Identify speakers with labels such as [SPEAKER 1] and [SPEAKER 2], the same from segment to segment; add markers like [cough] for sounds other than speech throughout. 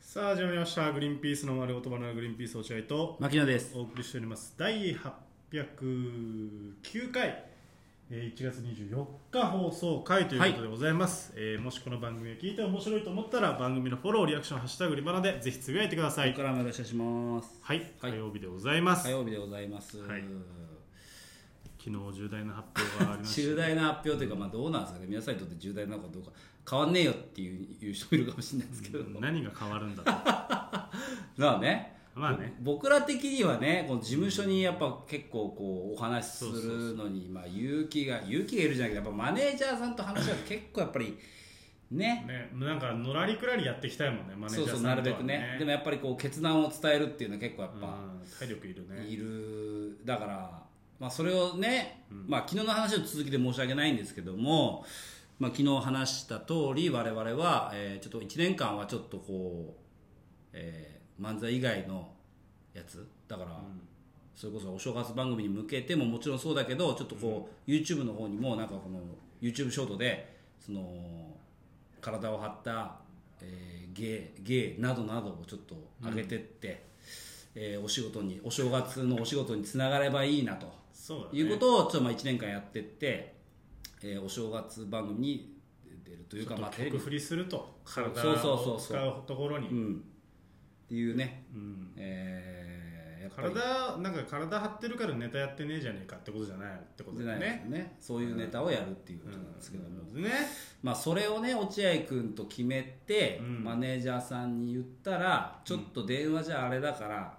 [SPEAKER 1] さあ始まりました「グリーンピースの丸言葉のグリーンピース落合」と
[SPEAKER 2] 牧野です
[SPEAKER 1] お送りしております第809回えー1月24日放送回ということでございます、えーもしこの番組を聞いて面白いと思ったら番組のフォローリアクション「ハッシュタグリバナ」でぜひつぶやいてくださ
[SPEAKER 2] こ
[SPEAKER 1] い
[SPEAKER 2] れからもよろしくお願いします
[SPEAKER 1] はい
[SPEAKER 2] は
[SPEAKER 1] 火
[SPEAKER 2] い
[SPEAKER 1] 曜日でございます、
[SPEAKER 2] 火曜日でございます、
[SPEAKER 1] はい昨日重大な発表がありました
[SPEAKER 2] [laughs] 重大な発表というか、まあ、どうなんですかね皆さんにとって重大なのかどうか変わんねえよっていういう人もいるかもしれないですけど、
[SPEAKER 1] 何が変わるんだと
[SPEAKER 2] [laughs] まあね
[SPEAKER 1] まあね
[SPEAKER 2] ぼ僕ら的にはねこの事務所にやっぱ結構こうお話しす
[SPEAKER 1] そうそう
[SPEAKER 2] るのにまあ勇気が勇気がいるじゃないけどやっぱマネージャーさんと話し合うと結構やっぱりね
[SPEAKER 1] ねなんかのらりくらりやっていきたいもんねマネージ
[SPEAKER 2] そ
[SPEAKER 1] ャ
[SPEAKER 2] う
[SPEAKER 1] ーさ
[SPEAKER 2] そ
[SPEAKER 1] ん
[SPEAKER 2] う
[SPEAKER 1] と
[SPEAKER 2] な
[SPEAKER 1] は
[SPEAKER 2] るべくねでもやっぱりこう決断を伝えるっていうのは結構やっぱ、
[SPEAKER 1] うん体力いるね
[SPEAKER 2] いるだから、まあ、それをね、まあ、昨日の話の続きで申し訳ないんですけども、まあ、昨日話した通り我々は、えーちょっと1年間はちょっとこう、えー漫才以外のやつだから、それこそお正月番組に向けてももちろんそうだけどちょっとこう、YouTube の方にもなんかこの YouTube ショートでその体を張った、えー芸芸などなどをちょっと上げてって。えーお仕事にお正月のお仕事につながればいいなと
[SPEAKER 1] そうだね
[SPEAKER 2] いうことをちょっとまあ1年間やってって、えーお正月番組に出るというかまあテレ
[SPEAKER 1] 曲
[SPEAKER 2] ビ、
[SPEAKER 1] 振りすると
[SPEAKER 2] そう
[SPEAKER 1] 体
[SPEAKER 2] そうそうそ
[SPEAKER 1] を
[SPEAKER 2] う
[SPEAKER 1] 使うところ
[SPEAKER 2] う
[SPEAKER 1] に
[SPEAKER 2] ん、っていうね、
[SPEAKER 1] うん
[SPEAKER 2] えーやっぱり
[SPEAKER 1] 体なんか体張ってるからネタやってねえじゃねえかってことじゃないってこと
[SPEAKER 2] 出
[SPEAKER 1] だ
[SPEAKER 2] な
[SPEAKER 1] よ
[SPEAKER 2] いです
[SPEAKER 1] ね
[SPEAKER 2] ねそういうネタをやるっていうことなんですけども、
[SPEAKER 1] うんね
[SPEAKER 2] まあ、それをね落合君と決めて、
[SPEAKER 1] うん
[SPEAKER 2] マネージャーさんに言ったらちょっと電話じゃあれだから、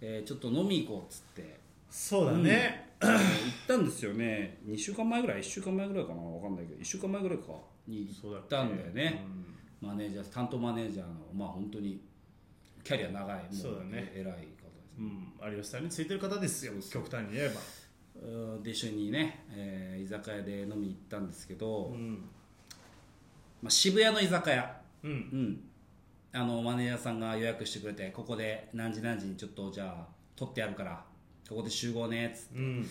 [SPEAKER 2] えーちょっと飲み行こうっつって。
[SPEAKER 1] そうだね
[SPEAKER 2] あの行ったんですよね2週間前ぐらい1週間前ぐらいかな分かんないけど1週間前ぐらいかに
[SPEAKER 1] そう
[SPEAKER 2] 行
[SPEAKER 1] だ
[SPEAKER 2] っ
[SPEAKER 1] っけ
[SPEAKER 2] たんだよね
[SPEAKER 1] うん
[SPEAKER 2] マネージャー担当マネージャーのまあ本当にキャリア長いも
[SPEAKER 1] そうだね
[SPEAKER 2] 偉い方です
[SPEAKER 1] うん有吉さんについてる方ですよ極端に言えば
[SPEAKER 2] うんで一緒にね、えー居酒屋で飲みに行ったんですけど、
[SPEAKER 1] うん
[SPEAKER 2] まあ、渋谷の居酒屋、
[SPEAKER 1] うん
[SPEAKER 2] うん、あのマネージャーさんが予約してくれてここで何時何時にちょっとじゃあ取ってやるからここで集合ねっつって
[SPEAKER 1] うん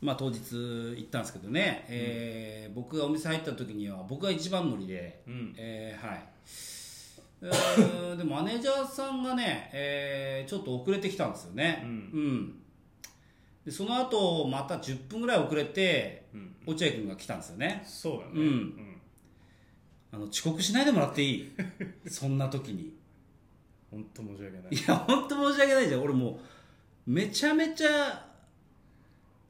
[SPEAKER 2] まあ、当日行ったんですけどね、えー僕がお店入った時には僕が一番乗りで、
[SPEAKER 1] うん
[SPEAKER 2] えーはいえ
[SPEAKER 1] [coughs]
[SPEAKER 2] ーでマネージャーさんがね、えーちょっと遅れてきたんですよね、
[SPEAKER 1] うん
[SPEAKER 2] んでその後また10分ぐらい遅れて
[SPEAKER 1] うん
[SPEAKER 2] 落合君が来たんですよね
[SPEAKER 1] そうだね
[SPEAKER 2] うんあの遅刻しないでもらってい [laughs] いそんな時に
[SPEAKER 1] 本当申し訳ない
[SPEAKER 2] いや本当申し訳ないじゃん俺もうめちゃめちゃ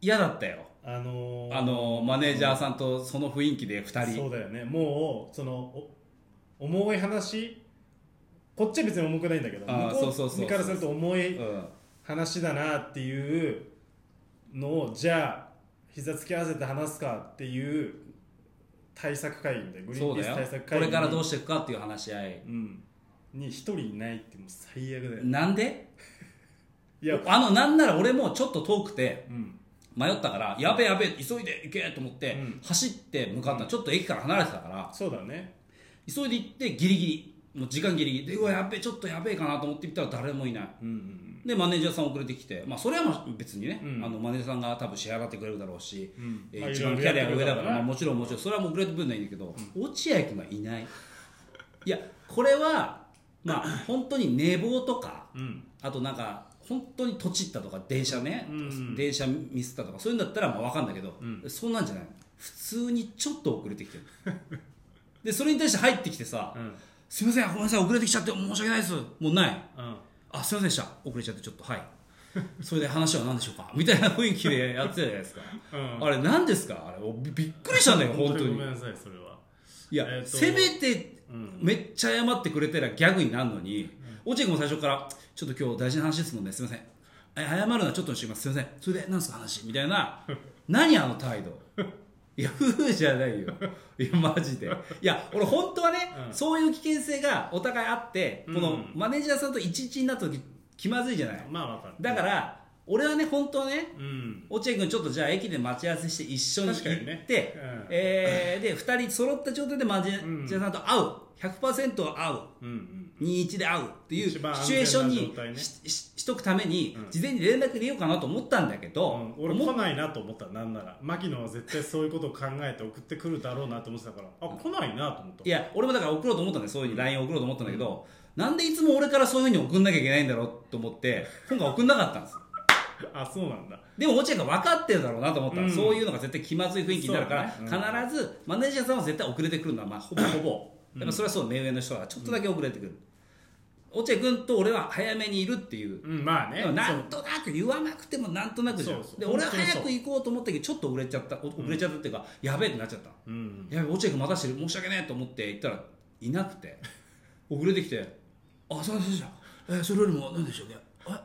[SPEAKER 2] 嫌だったよ
[SPEAKER 1] あのー
[SPEAKER 2] あのマネージャーさんとその雰囲気で2人
[SPEAKER 1] そうだよねもうそのお重い話こっちは別に重くないんだけど
[SPEAKER 2] あ
[SPEAKER 1] 向
[SPEAKER 2] ー
[SPEAKER 1] こ
[SPEAKER 2] そうそうそうそう
[SPEAKER 1] からすると重い
[SPEAKER 2] うん
[SPEAKER 1] 話だなっていうのをじゃあ膝つき合わせて話すかっていう対策会議でグリー
[SPEAKER 2] そ
[SPEAKER 1] ン
[SPEAKER 2] う
[SPEAKER 1] ピー
[SPEAKER 2] だ
[SPEAKER 1] ス
[SPEAKER 2] よ
[SPEAKER 1] 対策
[SPEAKER 2] こ
[SPEAKER 1] 会議
[SPEAKER 2] れからどう
[SPEAKER 1] し
[SPEAKER 2] していくかっていう話し合い
[SPEAKER 1] うんに一人いないってもう最悪だよ
[SPEAKER 2] なんで
[SPEAKER 1] いや
[SPEAKER 2] あのなんなら俺もちょっと遠くて
[SPEAKER 1] うん
[SPEAKER 2] 迷ったからやべやべ急いで行けと思って、
[SPEAKER 1] うん
[SPEAKER 2] 走って向かった、ちょっと駅から離れてたから
[SPEAKER 1] そうだね
[SPEAKER 2] 急いで行ってギリギリもう時間ギリギリでうわやべちょっとやべえかなと思ってみたら誰もいない
[SPEAKER 1] うんうん
[SPEAKER 2] でマネージャーさん遅れてきて、まあ、それはまあ別にね、
[SPEAKER 1] うん
[SPEAKER 2] あのマネージャーさんが多分支払ってくれるだろうし、
[SPEAKER 1] うん
[SPEAKER 2] えー
[SPEAKER 1] まあ
[SPEAKER 2] 一番
[SPEAKER 1] いろ
[SPEAKER 2] キ
[SPEAKER 1] いろ
[SPEAKER 2] ャリアが上だ
[SPEAKER 1] やってくれたか
[SPEAKER 2] か、
[SPEAKER 1] らら
[SPEAKER 2] まあ、もちろんもちろんそれはもう遅れてくれないんだけど、落合君がいないいやこれはまあ本当に寝坊とか
[SPEAKER 1] うん
[SPEAKER 2] あとなんか本当にとちったとか電車ね、
[SPEAKER 1] うん
[SPEAKER 2] 電車ミスったとかそういうんだったらまあ分かるんだけど、そんなんじゃない普通にちょっと遅れてきてるでそれに対して入ってきてさ、
[SPEAKER 1] うん
[SPEAKER 2] すいませんごめんなさい遅れてきちゃって申し訳ないですもうない
[SPEAKER 1] うん
[SPEAKER 2] あすいませんでした遅れちゃってちょっとはいそれで話は何でしょうかみたいな雰囲気でやってたじゃないですか、
[SPEAKER 1] うん
[SPEAKER 2] あれ何ですかあれおびびっくりし
[SPEAKER 1] [laughs]
[SPEAKER 2] たんだよ本当
[SPEAKER 1] ご
[SPEAKER 2] に
[SPEAKER 1] めんなさいそれはい
[SPEAKER 2] や、
[SPEAKER 1] えーと
[SPEAKER 2] せめて
[SPEAKER 1] うん
[SPEAKER 2] めっちゃ謝ってくれてらギャグになるのに、落合君も最初からちょっと今日大事な話ですもんねすいませんえ謝るのはちょっとにしてますすいませんそれで何ですか話みたいな
[SPEAKER 1] [laughs]
[SPEAKER 2] 何あの態度いや夫婦じゃないよいやマジでいや俺本当はね、
[SPEAKER 1] うん
[SPEAKER 2] そういう危険性がお互いあってこ
[SPEAKER 1] う
[SPEAKER 2] の
[SPEAKER 1] ん
[SPEAKER 2] マネージャーさんと一日になった時気まずいじゃない、
[SPEAKER 1] まあわかる
[SPEAKER 2] だから、俺はね本当はね
[SPEAKER 1] うん
[SPEAKER 2] 落合君ちょっとじゃあ駅で待ち合わせして一緒に行って、
[SPEAKER 1] 確かにねうん
[SPEAKER 2] えーで2人揃った状態でマネージャーさんと会う100%会う
[SPEAKER 1] うんうん
[SPEAKER 2] 21で会うっていうシ
[SPEAKER 1] 一番安
[SPEAKER 2] チュエーション
[SPEAKER 1] 全な
[SPEAKER 2] に
[SPEAKER 1] 状態ね
[SPEAKER 2] し,し、しとくために
[SPEAKER 1] うん
[SPEAKER 2] 事前に連絡入れようかなと思ったんだけ
[SPEAKER 1] う
[SPEAKER 2] ど
[SPEAKER 1] ん、、俺
[SPEAKER 2] 思
[SPEAKER 1] 来
[SPEAKER 2] っ
[SPEAKER 1] ないなと思ったなんなら牧野は絶対そういうことを考えて送ってくるだろうなと思ってたからあ来ないなと思った
[SPEAKER 2] いや俺もだから送ろうと思ったんでそういうふうに LINE 送ろうと思ったんだけど、なんでいつも俺からそういうふうに送んなきゃいけないんだろうと思って今回送んなかったんです
[SPEAKER 1] あそうなんだ
[SPEAKER 2] でも落合が分かってるだろうなと思ったら、
[SPEAKER 1] うん
[SPEAKER 2] そういうのが絶対気まずい雰囲気になるから、
[SPEAKER 1] そうだね
[SPEAKER 2] 必ずマネージャーさんは絶対遅れてくるのは、まあ、ほぼほぼ、
[SPEAKER 1] うん [laughs]
[SPEAKER 2] やっぱそれはそう目上の人がちょっとだけ遅れてくる、落合君と俺は早めにいるっていう、
[SPEAKER 1] うんまあね
[SPEAKER 2] でもなんとなく言わなくてもなんとなくじゃん
[SPEAKER 1] そうそう
[SPEAKER 2] で俺は
[SPEAKER 1] 本当にそう
[SPEAKER 2] 早く行こうと思ったけどちょっと遅れちゃったお遅れちゃったっていうか、やべえってなっちゃっ
[SPEAKER 1] そ
[SPEAKER 2] た
[SPEAKER 1] ううん
[SPEAKER 2] やべえ落合君待たしてる申し訳ねえと思って行ったらいなく [laughs] て遅れてきて「あそうですじゃえーそれよりも何でしょうねええ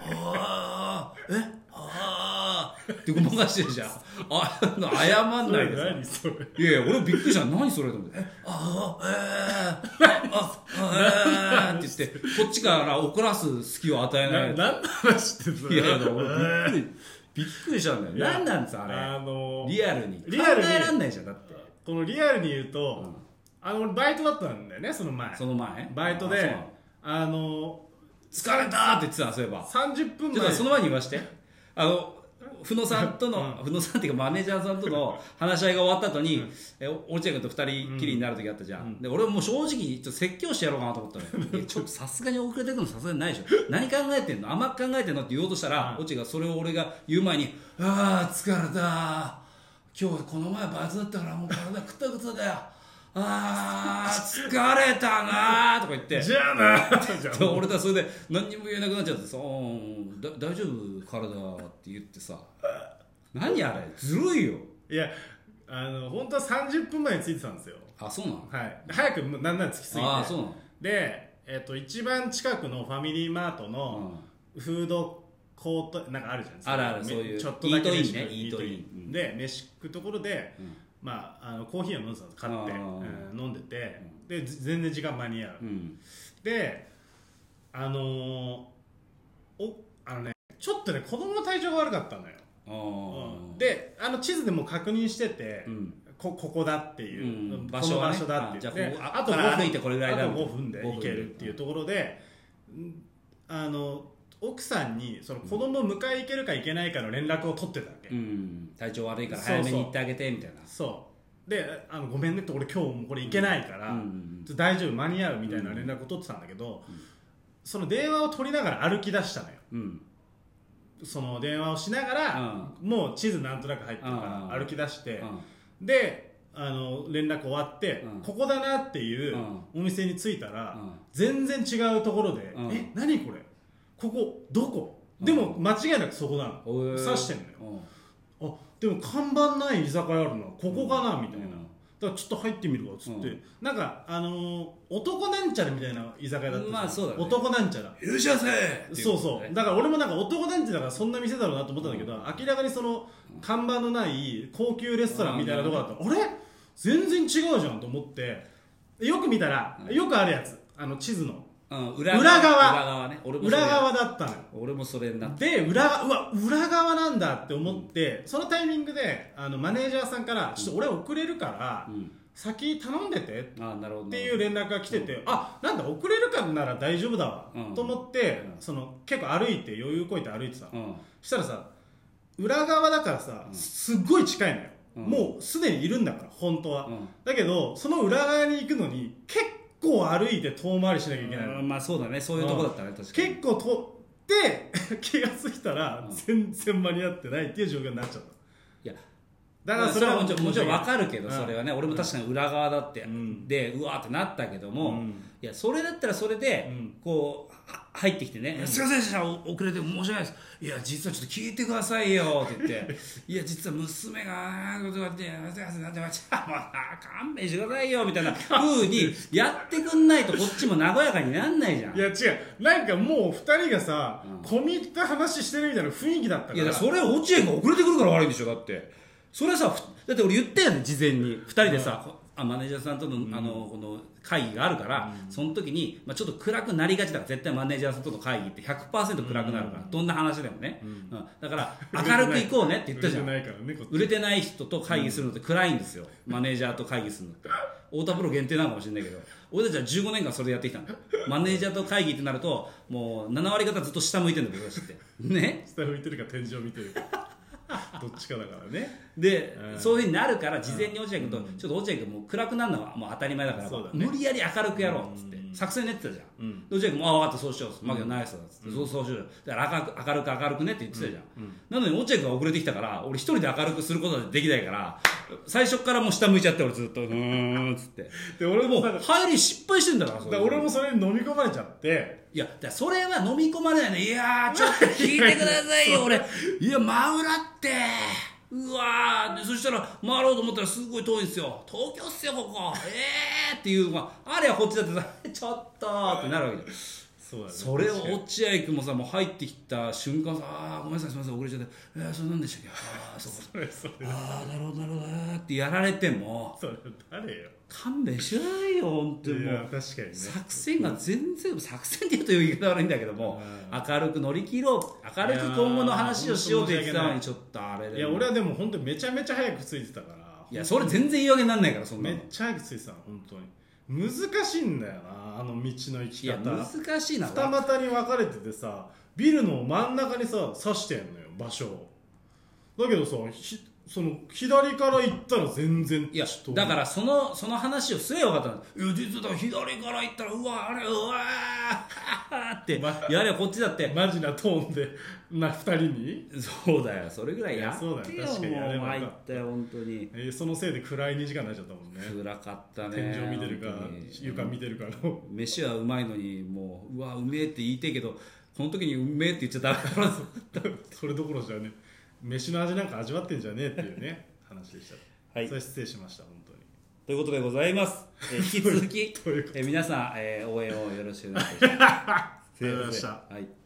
[SPEAKER 2] ああえああ」 [laughs] ってごまかしてるじゃんあ謝んないで
[SPEAKER 1] そ
[SPEAKER 2] さ
[SPEAKER 1] れ何それ
[SPEAKER 2] いやいや、俺もびっくりした。何それと思って。えああ、えー、 [laughs] ああ、えー、って言って、こっちから怒らす隙を与えな。
[SPEAKER 1] ない何の話してそ
[SPEAKER 2] い
[SPEAKER 1] れ
[SPEAKER 2] や
[SPEAKER 1] [laughs]
[SPEAKER 2] いや、俺びっくり、びっくりしたんだよ。
[SPEAKER 1] いや
[SPEAKER 2] 何なんですか、あ
[SPEAKER 1] あの
[SPEAKER 2] れ。リアルに。
[SPEAKER 1] リアルに
[SPEAKER 2] 考えらんないじゃん、だって。
[SPEAKER 1] このリアルに言うと、あの俺バイトだったんだよねその前
[SPEAKER 2] その前
[SPEAKER 1] バイトで
[SPEAKER 2] あそうなの
[SPEAKER 1] あの
[SPEAKER 2] 疲れたーって言ってたの、そういえば。
[SPEAKER 1] 30分
[SPEAKER 2] ちょっ
[SPEAKER 1] 前
[SPEAKER 2] とその前に言わして。あの、ふのさんとの、ふのさんっていうかマネージャーさんと [laughs] の話し合いが終わった後に、え落合君と二人きりになる時あったじゃん。で、俺もう正直、ちょっと説教してやろうかなと思ったの [laughs] よ。いやちょっとさすがに遅れてくのさすがにないでしょ。何考えてんの甘く考えてんのって言おうとしたら、落合がそれを俺が言う前に、ああ、疲れた今日この前バイトだったからもう体くたくただよ。ああ、疲れたなーとか言って。
[SPEAKER 1] じゃあなじゃあ
[SPEAKER 2] そう [laughs] 俺とはそれで何にも言えなくなっちゃってさ「うんだ大丈夫体」って言ってさ何あれずるいよ
[SPEAKER 1] いやあの本当は30分前に着いてたんですよ
[SPEAKER 2] あそうなの
[SPEAKER 1] はい早くなんなら着きすぎて
[SPEAKER 2] ああそうなの
[SPEAKER 1] で、えっと一番近くのファミリーマートのフードコートなんかあるじゃないですか
[SPEAKER 2] あるある
[SPEAKER 1] め
[SPEAKER 2] そういう
[SPEAKER 1] ちょっとだけ飯食う
[SPEAKER 2] イートインねイートインうん
[SPEAKER 1] で飯食うところで、
[SPEAKER 2] うん
[SPEAKER 1] まあ、あのコーヒーを飲んでたんです買って、
[SPEAKER 2] あー
[SPEAKER 1] うん飲んでてでず全然時間間に合う、
[SPEAKER 2] うん
[SPEAKER 1] であのーおあのねちょっとね子供の体調が悪かったのよ、
[SPEAKER 2] あ
[SPEAKER 1] うん
[SPEAKER 2] あ
[SPEAKER 1] であの地図でもう確認してて、
[SPEAKER 2] うん
[SPEAKER 1] こここだっていう、
[SPEAKER 2] うん
[SPEAKER 1] この
[SPEAKER 2] は
[SPEAKER 1] 場
[SPEAKER 2] ね
[SPEAKER 1] 所だっていう
[SPEAKER 2] あじゃあ
[SPEAKER 1] で
[SPEAKER 2] ここあとから
[SPEAKER 1] 5分
[SPEAKER 2] 歩いてこれぐらいだ
[SPEAKER 1] あと5分で
[SPEAKER 2] 五
[SPEAKER 1] 行けるっていうところで、うんあの奥さんにその子供迎え行けるか行けないかの連絡を取ってたわけ、
[SPEAKER 2] うん体調悪いから
[SPEAKER 1] そうそう
[SPEAKER 2] 早めに行ってあげてみたいな
[SPEAKER 1] そうであの「ごめんね」って俺今日もこれ行けないから、
[SPEAKER 2] うんうん
[SPEAKER 1] ちょっと大丈夫間に合うみたいな連絡を取ってたんだけど、その電話を取りながら歩き出したのよ
[SPEAKER 2] うん
[SPEAKER 1] その電話をしながら、もう地図なんとなく入ってるか
[SPEAKER 2] う
[SPEAKER 1] ら
[SPEAKER 2] ん
[SPEAKER 1] 歩き出して、
[SPEAKER 2] うん
[SPEAKER 1] であの連絡終わって、
[SPEAKER 2] うん
[SPEAKER 1] ここだなっていう
[SPEAKER 2] う
[SPEAKER 1] お店に着いたら、
[SPEAKER 2] うん
[SPEAKER 1] 全然違うところで「
[SPEAKER 2] うん
[SPEAKER 1] え何これここどこ?」
[SPEAKER 2] うん
[SPEAKER 1] でも間違いなくそこなの、
[SPEAKER 2] おえ
[SPEAKER 1] 指してんのよ
[SPEAKER 2] うん
[SPEAKER 1] あでも看板ない居酒屋あるのここかな、みたいな、
[SPEAKER 2] うん
[SPEAKER 1] だからちょっと入ってみるわっつって、
[SPEAKER 2] うん
[SPEAKER 1] なんかあのー男なんちゃらみたいな居酒屋だったじゃん
[SPEAKER 2] まあそうだね
[SPEAKER 1] 男なんちゃら
[SPEAKER 2] いらっしゃいませってい
[SPEAKER 1] そうそう
[SPEAKER 2] ね
[SPEAKER 1] だから俺もなんか男団地だからそんな店だろうなと思ったんだけど、明らかにその看板のない高級レストランみたいなとこだったあれ全然違うじゃんと思ってよく見たら、よくあるやつあの地図の
[SPEAKER 2] うん裏
[SPEAKER 1] 裏側
[SPEAKER 2] 裏側ね俺もそれ
[SPEAKER 1] 裏側だったのよ
[SPEAKER 2] 俺もそれになって
[SPEAKER 1] で裏側うわ裏側なんだって思って、そのタイミングであのマネージャーさんから「ちょっと俺遅れるから、
[SPEAKER 2] うん
[SPEAKER 1] 先頼んでて」
[SPEAKER 2] ああなるほど
[SPEAKER 1] っていう連絡が来てて、あなんだ遅れるからなら大丈夫だわ、
[SPEAKER 2] うん
[SPEAKER 1] と思って、
[SPEAKER 2] うん
[SPEAKER 1] その結構歩いて余裕こいて歩いてたの、
[SPEAKER 2] うん
[SPEAKER 1] したらさ裏側だからさ、すっごい近いのよ、
[SPEAKER 2] うん
[SPEAKER 1] もうすでにいるんだから本当は、
[SPEAKER 2] うん
[SPEAKER 1] だけどその裏側に行くのに結構歩いて遠回りしなきゃいけないの、
[SPEAKER 2] うんまあそうだねそういうとこだったね確かに
[SPEAKER 1] 結構とで [laughs] 気がついたら全然間に合ってないっていう状況になっちゃった
[SPEAKER 2] いや
[SPEAKER 1] だからそれは
[SPEAKER 2] もちろんもちろん分
[SPEAKER 1] る
[SPEAKER 2] かるけど
[SPEAKER 1] うん
[SPEAKER 2] それはね俺も確かに裏側だって、
[SPEAKER 1] ん
[SPEAKER 2] でうわーってなったけども、
[SPEAKER 1] うん
[SPEAKER 2] いやそれだったらそれで、
[SPEAKER 1] うん
[SPEAKER 2] こうは入ってきてね「すいませんでしたお遅れて申し訳ないです」「いや実はちょっと聞いてくださいよ」って言 [laughs] って「いや実は娘があーことがあってすいませんなんてまあもうあー勘弁してくださいよ」みたいな風に [laughs] やってくんないとこっちも和やかになんないじゃん
[SPEAKER 1] いや違うなんかもう二人がさ、込み入った話してるみたいな雰囲気だったから
[SPEAKER 2] いやだからそれは落合が遅れてくるから悪いんでしょだってそれはさふだって俺言ったよね事前に2人でさ、こあマネージャーさんとの,、あのこの会議があるから、その時に、まあ、ちょっと暗くなりがちだから絶対マネージャーさんとの会議って100%暗くなるから、どんな話でもね、うんだから明るく行こうねって言ったじゃん
[SPEAKER 1] 売れてないからねこっち
[SPEAKER 2] 売れてない人と会議するのって暗いんですよ、マネージャーと会議するのって太田プロ限定なのかもしれないけど俺たちは15年間それでやってきたんだよマネージャーと会議ってなるともう7割方ずっと下向いてるんだよ僕たちってね
[SPEAKER 1] 下向いてるか天井見てる
[SPEAKER 2] [laughs]
[SPEAKER 1] かどっちかだからね
[SPEAKER 2] で、
[SPEAKER 1] うん
[SPEAKER 2] そういうふうになるから事前に落合君と、ちょっと落合君もう暗くなるのはもう当たり前だから
[SPEAKER 1] そうだね
[SPEAKER 2] 無理やり明るくやろうっつって、作戦練ってたじゃん、
[SPEAKER 1] うん
[SPEAKER 2] で落合君も「あ分かったそうしよう」っつって「マキナイスだ」っつって、そうそうしようよだから明るく明るく明るくねって言ってたじゃん、なのに落合君が遅れてきたから俺一人で明るくすることはできないから最初からもう下向いちゃって俺ずっと「うーん」っつ
[SPEAKER 1] [laughs]
[SPEAKER 2] って
[SPEAKER 1] で俺も
[SPEAKER 2] もう入り失敗してんだからそ
[SPEAKER 1] だ
[SPEAKER 2] れ
[SPEAKER 1] から俺もそれに飲み込まれちゃって
[SPEAKER 2] いや、だからそれは飲み込まれないの。いやー、ちょっと [laughs] 聞いてくださいよ、俺。いや、真裏って。うわーでそしたら回ろうと思ったらすごい遠いんですよ東京っすよここええー、っていう、まあ、あれはこっちだってさ [laughs] ちょっとーってなるわけじゃん
[SPEAKER 1] そうだね
[SPEAKER 2] それを落合君もさもう入ってきた瞬間さあーごめんなさいすみません遅れちゃってえー、それなんでしたっけああそうか [laughs]
[SPEAKER 1] それそれ
[SPEAKER 2] ああなるほどなるほどあーってやられても
[SPEAKER 1] それ誰よ
[SPEAKER 2] 勘弁しないよ本当に
[SPEAKER 1] い
[SPEAKER 2] もう
[SPEAKER 1] や確かにね
[SPEAKER 2] 作戦が全然作戦って言うと言い方悪いんだけども明るく乗り切ろう明るく今後の話をしようと言ってたのにちょっとあれで
[SPEAKER 1] いや俺はでも本当にめちゃめちゃ早くついてたから
[SPEAKER 2] いやそれ全然言い訳になんないからそんな
[SPEAKER 1] め
[SPEAKER 2] の
[SPEAKER 1] っちゃ早くついてたの本当に難しいんだよなあの道の行
[SPEAKER 2] い
[SPEAKER 1] き
[SPEAKER 2] や
[SPEAKER 1] 方
[SPEAKER 2] 難しいな
[SPEAKER 1] 二股に分かれててさビルの真ん中にさ刺してんのよ場所をだけどさひその左から行ったら全然
[SPEAKER 2] いや
[SPEAKER 1] ちょっと
[SPEAKER 2] だからそのその話をすればよかったのいや実は左から行ったらうわあれうわーって
[SPEAKER 1] ま
[SPEAKER 2] やれよこっちだって
[SPEAKER 1] マジなトーンでな二人に、
[SPEAKER 2] そうだよそれぐらいやってよ
[SPEAKER 1] いやそうだよ確かにやれ
[SPEAKER 2] も
[SPEAKER 1] ば
[SPEAKER 2] う参
[SPEAKER 1] よ
[SPEAKER 2] っ
[SPEAKER 1] かった
[SPEAKER 2] よ本当に
[SPEAKER 1] えーそのせいで暗い2時間になっちゃったもんね
[SPEAKER 2] 暗かったね
[SPEAKER 1] 天井見てるか
[SPEAKER 2] 本当に
[SPEAKER 1] 床見てるかの [laughs]
[SPEAKER 2] 飯はうまいのにもううわうめえって言いてえけどこの時にうめえって言っちゃダメだろ
[SPEAKER 1] それどころじゃね飯の味なんか味わってんじゃねえっていうね話でした、
[SPEAKER 2] はい
[SPEAKER 1] それ失礼しました本当に
[SPEAKER 2] ということでございます、えー引き続き
[SPEAKER 1] [laughs] どういうこと
[SPEAKER 2] えー皆さん、えー応援をよろしくお願いします
[SPEAKER 1] [laughs] ありがとうございました
[SPEAKER 2] はい